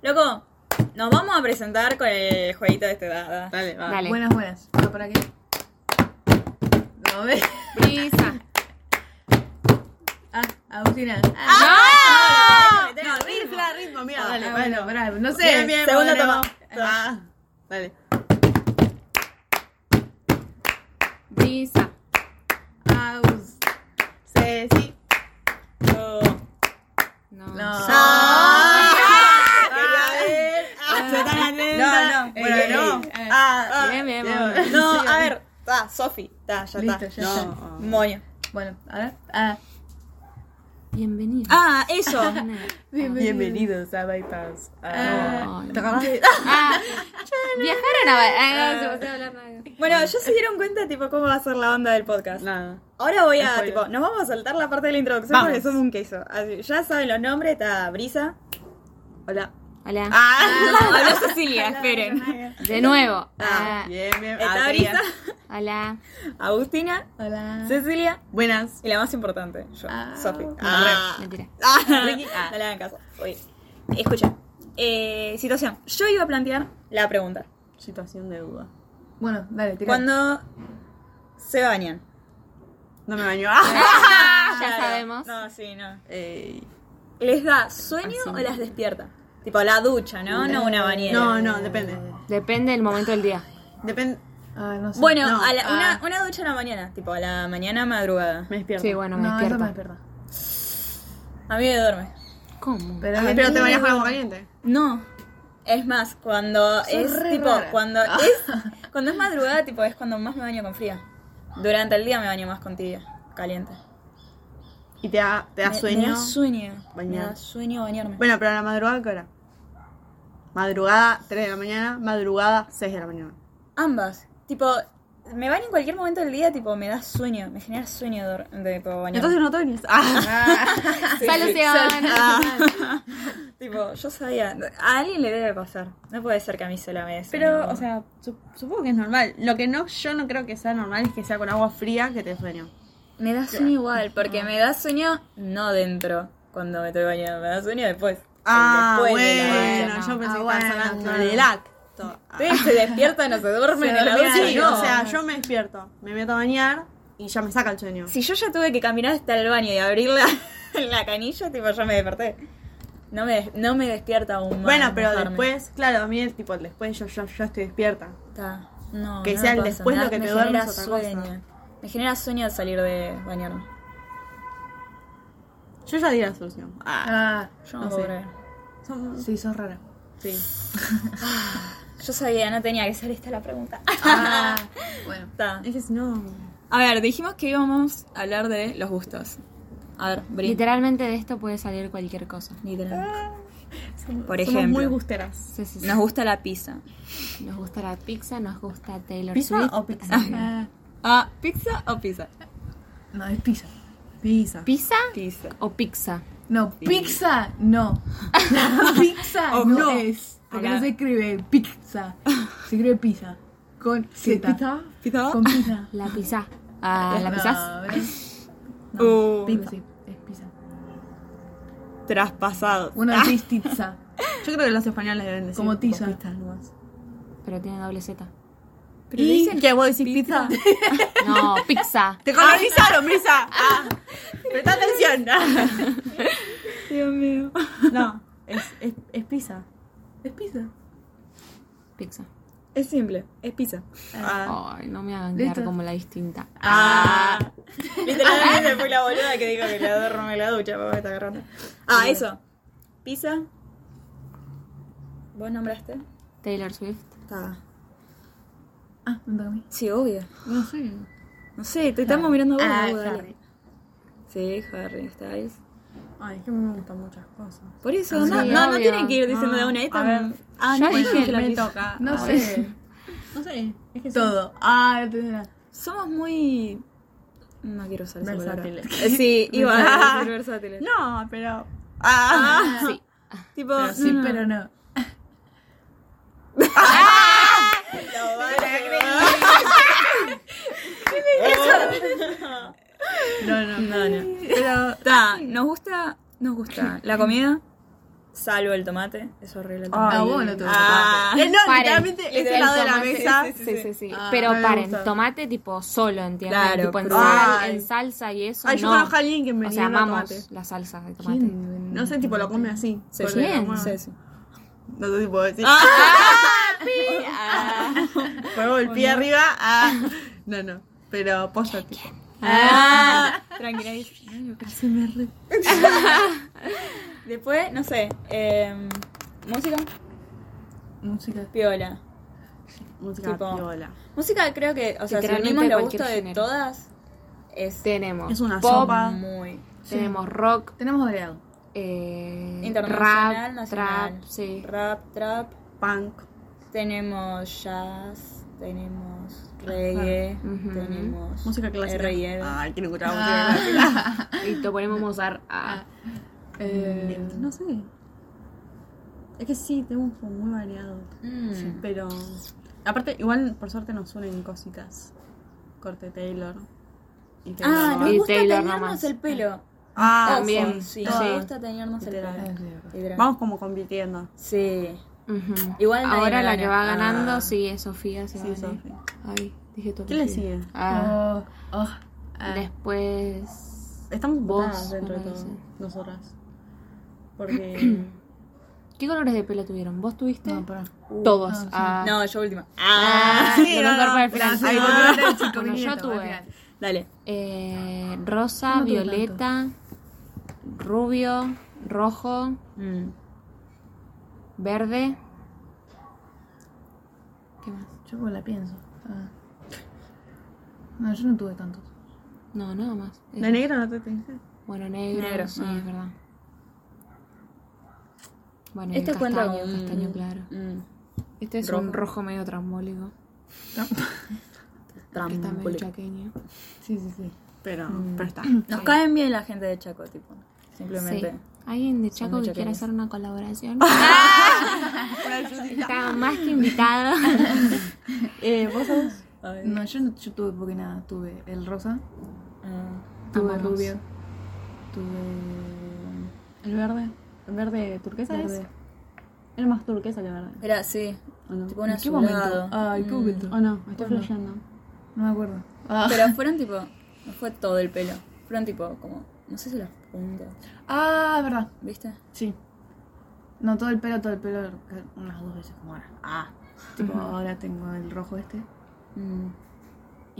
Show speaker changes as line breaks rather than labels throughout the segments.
Loco, nos vamos a presentar con el jueguito de este dada.
Dale, va.
Dale.
Buenas, buenas. ¿Pero para qué? No me.
Brisa.
Ah, Agustina.
¡Ah!
no, ritmo, ritmo, mira, dale,
Ah,
bueno,
bueno.
pará, no sé.
Bien, bien,
Segunda
volveremos.
toma.
Ah, dale.
Brisa.
Agus.
Ceci.
Yo.
No.
No.
Ah,
Ah,
quería ver. Ah,
Se están atentas.
No, no, bueno,
Eh,
no.
eh,
Ah,
Bien, bien,
bien.
vamos.
no, a ver. Ta, Sofi. Ta, ya
Listo,
está.
ya
No,
está.
ah.
Moño.
Bueno, a ver. Ah,
Bienvenido.
Ah, eso.
Bienvenidos a Bypass. Ah,
Ah,
no.
¿te acordás de-
Ah, viajaron a... Ah, no, se pasó a hablar nada.
Bueno, ya se dieron cuenta, tipo, cómo va a ser la onda del podcast.
Nada.
Ahora voy a,
Spoiler.
tipo, nos vamos a saltar la parte de la introducción
Vamos.
porque somos un queso. Así, ya saben los nombres, está Brisa. Hola.
Hola.
Ah,
Hola Cecilia, esperen.
De nuevo.
Ah,
Ah,
bien, bien.
Está
Ah, sería-
Brisa,
hola.
Agustina,
Hola.
Cecilia
Buenas.
y la más importante, yo,
Ah.
Sofi.
Ah.
Mentira.
Ah,
Ricky, ah.
No le hagan caso. Oye, Escucha, eh, situación. Yo iba a plantear la pregunta.
Situación de duda.
Bueno, dale, tira.
Cuando se bañan.
No me baño. Ah.
ya sabemos.
No, sí, no.
Ey.
¿Les da sueño
Así.
o las despierta? Tipo la ducha, ¿no? No una bañera.
No, no, depende.
Depende del momento del día.
Depende.
Ah, no sé.
Bueno,
No,
a la-
ah.
una, una ducha a la mañana, tipo a la mañana madrugada.
Me despierto.
Sí, bueno, me
no, eso me
despierto.
despierta.
A mí me duerme.
¿Cómo?
Pero,
Ah, Pero te bañas con agua caliente.
No. Es más, cuando
Soy
es
re
tipo,
rara.
cuando
Ah.
es cuando es madrugada, tipo es cuando más me baño con fría. Durante el día me baño más con tibia, caliente.
¿Y te da, te da
Me-
sueño?
Me da sueño.
Bañar.
Me da sueño bañarme.
Bueno, pero a la madrugada, ¿qué hora? Madrugada 3 de la mañana, madrugada 6 de la mañana.
Ambas. Tipo, me baño en cualquier momento del día, tipo, me da sueño. Me genera sueño de, de tipo, bañarme.
Entonces no te bañas. Ah.
Salución.
tipo, yo sabía. A alguien le debe pasar. No puede ser que a mí sola me dé sueño.
Pero, o sea, su- supongo que es normal. Lo que no, yo no creo que sea normal es que sea con agua fría que te dé sueño.
Me da sueño igual, porque me da sueño no dentro, cuando me estoy bañando, me da sueño después.
Ah,
después de la ducha.
bueno, yo pensé
Ah,
que estabas
bueno,
hablando
claro.
del acto. Ah.
Ustedes se despiertan o se duermen en la ducha,
Sí,
no.
o sea, yo me despierto, me meto a bañar y ya me saca el sueño.
si yo ya tuve que caminar hasta el baño y abrir la, la canilla, tipo, yo me desperté. No me, des- no me despierta aún más.
bueno, pero
mojarme.
después, claro, a mí el tipo, el después yo, yo, yo estoy despierta.
Ta, no,
que
no
sea
me
el
pasa,
después
me
lo que
me
te duerme
genera
es otra cosa.
sueño. Me genera sueño de salir de bañarme.
Yo ya di la solución. Ah,
Ah,
Yo
No
no puedo
sé.
creer.
son-
sí, sos rara.
sí.
Yo sabía, no tenía que ser esta la pregunta.
Ah, bueno.
Ta.
Ese Ah, es no.
A ver, dijimos que íbamos a hablar de los gustos. A ver, Bri.
Literalmente de esto puede salir cualquier cosa.
Literal. Por
Somos muy
ejemplo,
gusteras.
Sí, sí, sí.
nos gusta la pizza.
Nos gusta la pizza, nos gusta Taylor
¿Pizza
Swift.
o pizza?
Ah,
Ah, ¿pizza o pizza?
no, es pizza.
Pizza.
¿Pizza
Pizza.
o pizza?
No, pizza no. pizza
O
no,
no.
es. Porque
Hola.
no se escribe pizza. Se escribe pizza. Con Z.
¿Pizza? ¿Pizza?
Con pizza.
La pizza. Ah, ¿La
No,
pizzas?
¿ves?
Uh,
Pizza, sí, es pizza.
Traspasado.
Bueno, decís pizza.
Yo creo que los españoles deben decir.
Como tiza.
Pizza nomás.
Pero tiene doble Z.
¿Y que vos decís pizza?
No, pizza.
Te colonizaron, Brisa. Ah. Presta atención.
Dios mío.
No, es, es, es pizza.
Es pizza.
Pizza.
Es simple, es pizza.
Ah.
Ay, no me hagan quedar
Listo.
como la distinta.
Ah. Literalmente fui la boluda que dijo que le duerme la ducha, papá, está agarrando. Ah, eso. Pizza. ¿Vos nombraste?
Taylor Swift.
Está.
Ah, me toca a mí.
Sí, obvio.
No sé.
No sé, te estamos mirando a vos.
Ah,
vos, dale.
Harry.
Sí, Harry Styles.
Ay, es que me gustan muchas cosas.
Por eso,
Sí,
no, no, no
obvio.
tienen que ir diciendo de una. Esta,
a ver.
ah,
Ya
no,
dije
bueno,
que
la
me
pizza.
toca.
No
Ah,
sé.
No sé. Es que todo.
Todo. Ah, no tengo nada.
Somos muy. No quiero usar esa palabra.
Versátiles.
Eh, Sí, iba a decir versátiles.
No, pero. Ah.
Sí.
Tipo,
Pero
Sí,
no, no.
pero no.
No, no, no.
Pero, ta, nos gusta, nos gusta la comida, Salvo el tomate. Es horrible el tomate.
Ah, bueno, te
Ah.
Eh, no,
Paren.
literalmente ese
Literal,
lado de la
tomate,
mesa.
sí, sí,
Sí, sí, sí.
Ah,
Pero
me
paren,
gusta.
tomate tipo solo, ¿entiendes?
Claro,
tipo en,
crudo.
sal-
Ay.
en salsa y eso.
Ay, yo
no.
conozco a alguien que me
O sea,
niega el
amamos
tomate.
la salsa de tomate.
¿Quién?
No sé, tipo lo come así.
Sí,
porque
sí.
lo come.
Sí, sí.
No sé si puedo decir.
Ah,
Pongo el pie arriba. Ah. No, no. Pero posta, tipo.
Ah. Tranquila. Después, no sé. em, música
Música.
piola.
Música
Tipo-
piola.
Música creo que, o sea, si
Literalmente
unimos los
cualquier
gustos de
género.
todas, es
tenemos
Es una
pop,
sopa.
muy...
tenemos rock,
Tenemos variado.
eh,
Internacional,
rap,
nacional.
trap, sí.
Rap, trap,
Punk.
tenemos jazz, tenemos reggae,
Ujú.
tenemos...
Música clásica.
R&B.
Ay, quiero escuchar música clásica.
Y te ponemos Mozart. Ah,
Eh,
No sé. Es que sí, tenemos como muy variado.
Mm.
Pero. Aparte, igual por suerte nos unen cositas. Corte Taylor. Y Taylor
Ah,
Swift.
nos
Y
gusta
Taylor
teñirnos
nomás.
el pelo.
Ah,
También.
Ojo, sí.
Sí.
Nos gusta teñirnos el
Literal.
pelo. Literal.
Vamos como compitiendo.
Sí.
ujú.
Igual nadie
Ahora
me
la
gana.
que va ganando,
Ah.
sí, es Sofía. se
Sí,
va a ganar.
Sofía.
Ay, dije todo.
¿Qué le
mentira.
sigue?
Ah,
oh, oh, ah.
Después.
Estamos
Vos,
votadas dentro de
me
todo.
parece.
Nosotras. Porque.
¿Qué colores de pelo tuvieron? ¿Vos tuviste?
No, pará.
Todos.
Ah, sí.
Ah.
No, yo última.
Ah,
sí, no,
lo mejor
no,
para el final.
gracias.
Sí.
Ay, bueno, era el
Bueno, yo
nieto, al
tuve
final.
Dale.
eh, rosa,
No tuve
violeta, rubio, rojo,
Mm.
verde. ¿Qué más?
Yo pues la pienso. Ah. No, yo no tuve tantos.
No, nada más.
¿De negro no te pensé?
Bueno, negro,
Negro,
sí,
ah.
es verdad. Bueno, y
Este
el
cuenta
castaño,
con-
castaño claro.
Mm.
Este es un rojo medio trambólico, que está medio chaqueño.
Sí, sí, sí.
Pero, pero está.
Nos caen bien la gente de Chaco, tipo.
Sí.
Simplemente.
¿Alguien de Chaco
muy
que quiera
chaqueños.
hacer una colaboración? Está más que invitado.
Eh, ¿Vos sos?
Ay,
No, yo no yo tuve porque nada. Tuve el rosa,
ah.
tuve el
Amamos.
rubio, tuve
El verde. El verde turquesa
el
es.
verde.
Era más turquesa que verde.
Era sí.
¿O no?
Tipo un
¿En qué momento? Ah.
azulado.
Ay, qué
Mm.
momento.
¿O Oh, no? Estoy flasheando.
No me acuerdo. Ah,
Pero fueron tipo. No fue todo el pelo. Fueron tipo como. No sé si las puntas.
ah, es verdad.
¿Viste?
Sí. No, todo el pelo, todo el pelo, que- unas dos veces como ahora. Ah. Tipo, ahora tengo el rojo este.
Mm.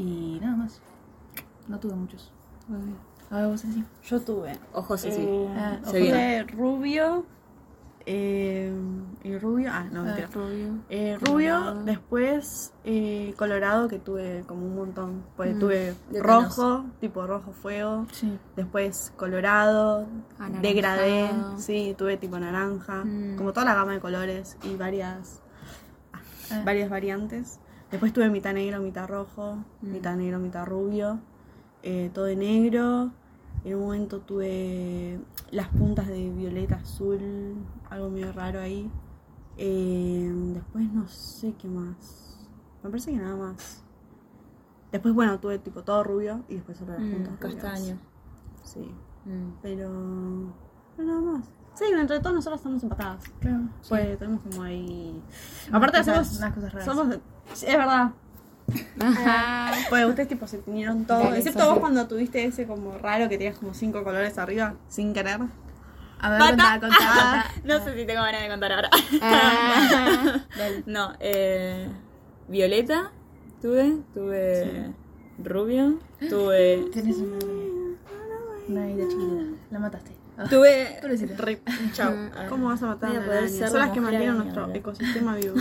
Y nada más. No tuve muchos. A ver, vos así.
Yo tuve.
Ojos sí, sí.
Ah,
Se viene.
rubio. Eh, y rubio. Ah, no, mentira.
Rubio.
Eh, rubio, después eh, colorado, que tuve como un montón. Pues tuve
De
rojo, tipo rojo fuego.
Sí.
Después colorado,
Anaranjado.
degradé. Sí, tuve tipo naranja.
Mm.
Como toda la gama de colores y varias,
Eh.
Ah.
varias variantes. Después tuve mitad negro, mitad rojo,
Mm.
mitad negro, mitad rubio. eh, todo de negro. En un momento tuve las puntas de violeta azul, algo medio raro ahí. Eh, después no sé qué más. Me parece que nada más. Después, bueno, tuve tipo todo rubio y después solo las
Mm,
puntas rubias.
castaño.
Sí,
Mm.
pero. pero nada más. Sí, pero entre todos nosotros estamos empatadas.
Claro.
Pues tenemos como ahí. Aparte,
cosas-
hacemos.
unas cosas raras.
Somos. sí, Es verdad.
Ajá.
Pues ustedes, tipo, se tenieron todo.
Dale,
excepto
Sofi.
vos cuando tuviste ese como raro que tenías como cinco colores arriba, sin querer.
A ver,
Pata.
contá, contá.
No sé si tengo ganas de contar ahora.
Ah.
No, eh, Violeta tuve, tuve rubio, tuve,
Tenés una de. Una de chiquita. La mataste. Ah.
tuve,
Pobrecita.
rip, chau. Ah.
¿Cómo vas a matar a
Voy a
una
poder
araña?
ser
Son
la
las que
mujer
mantienen
araña
nuestro
ahora.
ecosistema vivo.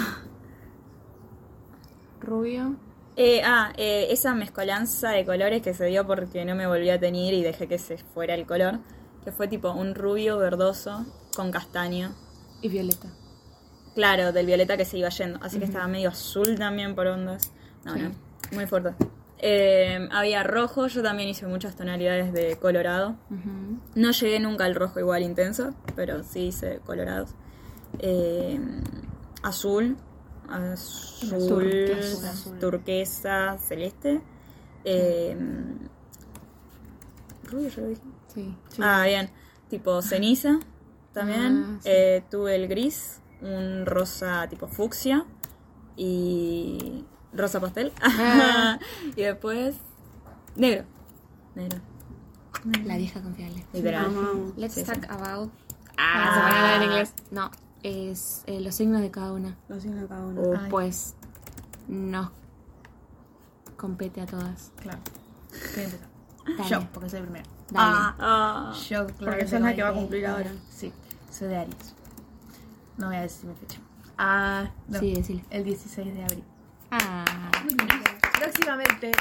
Rubio.
Eh, ah, eh, esa mezcolanza de colores que se dio porque no me volví a tener y dejé que se fuera el color, que fue tipo un rubio verdoso con castaño.
Y violeta.
Claro, del violeta que se iba yendo. Así que estaba medio azul también por ondas. No, no, muy fuerte. Eh, había rojo, yo también hice muchas tonalidades de colorado.
Ujú.
No llegué nunca al rojo igual intenso, pero sí hice colorados. Eh, azul, azul,
Turquesa.
turquesa, celeste. Eh, rubio, yo dije.
Sí.
Ah, bien. Tipo Ah, ceniza, también.
Ah, sí.
Eh, tuve el gris, un rosa tipo fucsia y rosa pastel.
Ah.
y después negro. Negro,
La vieja confiable.
literal.
Amamos.
Let's
Sí, sí.
talk about. Ah, se me
Ah.
acaba en inglés. No, es eh, los signos de cada una.
Los signos de cada uno.
Oh.
Pues nos compete a todas.
Claro. ¿Quién empieza?
Dale,
Yo, porque soy primero.
dale.
Ah.
Yo, claro
Porque
que
sos la que va a
tengo
cumplir
Aries.
ahora.
Sí, soy de Aries. No voy a decir mi fecha. Ah, no.
Sí, decile.
El 16 de abril.
Ah,
Próximamente.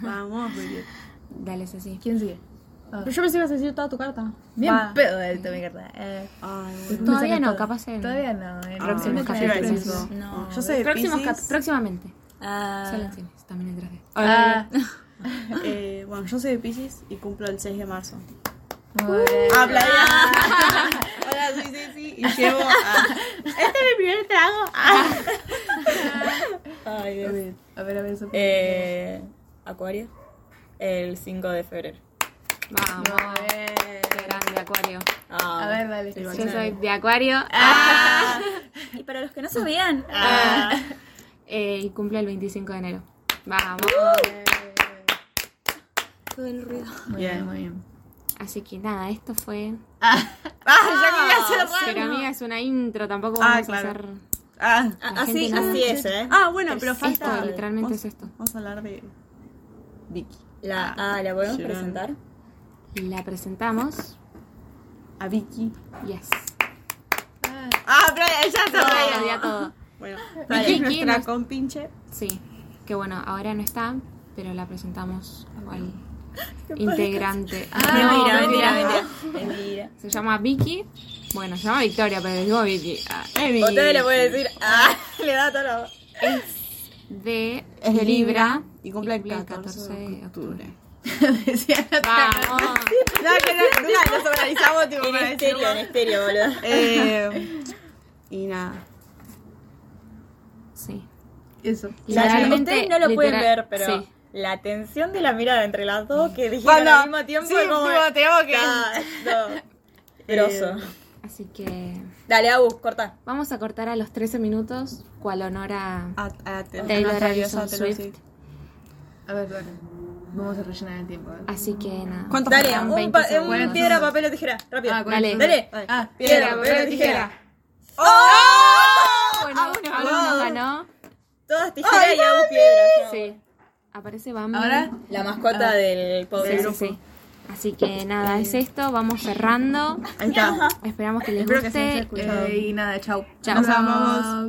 Vamos, porque
dale, es así.
¿Quién sigue? Ah.
Pero yo pensé que ibas a decir toda tu carta.
Bien
Va.
pedo de mi carta. Eh,
Ay,
después
bueno.
me
Todavía
sale
no,
todo.
capaz en-
Todavía no. En
Ah,
próximos
en
capítulos.
capítulos.
No.
Yo soy de
Próximos cap-
Piscis.
próximamente.
Ah.
Solo tienes, también el traje.
Ah,
Eh, bueno, yo soy de Pisces y cumplo el 6 de marzo.
muy bien.
¡Aplausos! Hola, soy Ceci y llevo a... ¡Este es mi primer trago!
Ay, Dios.
A ver, a ver, eso.
Eh, Acuario, el 5 de febrero.
Vamos. Qué grande, Acuario.
Ah.
A ver, dale.
Yo soy de Acuario.
Y para los que no sabían,
Ah, Eh, y cumple el 25 de enero. Vamos.
todo el ruido.
Muy bien, muy bien.
Así que nada, esto fue.
¡Ah, ya quería
Pero
cerrar!
amiga, es una intro, tampoco
Ah,
vamos
claro.
a hacer.
Ah,
Ah,
La
así,
gente no-
así es, ¿eh?
ah, bueno, pero falta...
Esto literalmente
vamos-
es esto.
Vamos a hablar de Vicky.
La, ah, ¿la podemos
Llorando.
presentar?
La presentamos.
A Vicky.
Yes.
¡Ah, pero ella se
Todo, ya todo.
Bueno,
Vale.
Vicky es
Vicky,
nuestra
nos-
compinche.
Sí. Que bueno, ahora no está, pero la presentamos al integrante. Ah, no,
mentira,
no,
mentira, mentira,
no.
mentira.
Se llama Vicky. Bueno, se llama Victoria, pero le digo Vicky. Ah, es Vicky.
Ustedes le pueden decir, ah, le da todo.
de,
Es
de Libra.
Y cumple el 14 de octubre.
Decía la otra.
Vamos.
No, que no, no, nos organizamos tipo
En
para decir.
estéreo, en estéreo, boludo.
Eh, y nada.
Sí.
Eso.
Ustedes no lo pueden ver,
literal-
pero
sí.
la tensión de la mirada entre las dos que dijeron
Cuando-
al mismo tiempo
sí,
es como...
tipo, tenemos que-
Ah, no. Groso.
Así que
Dale, Agus, corta.
vamos a cortar a los 13 minutos, cual honor a
A, a Taylor,
Taylor
nuestra
Harrison
diosa Taylor
Swift.
Swift.
A ver, dale. Vamos a rellenar el tiempo. ¿eh?
Así que nada.
¿Cuántos
Dale,
faltan?
un,
20
pa- un
segundos.
piedra, papel o tijera. Rápido.
Ah,
Dale.
Dale.
Ah,
Piedra, papel o tijera.
Bueno,
Ah,
uno, uno ganó.
Todas tijeras y Agus piedra.
Sí. Aparece Bambi.
Ahora,
La mascota del
Sí,
pobre
sí, sí. Así que nada, es esto. Vamos cerrando.
Ahí está.
Esperamos que les
espero que se
guste.
haya escuchado. eh, y nada, chau.
Chau.
Pues, Nos amamos.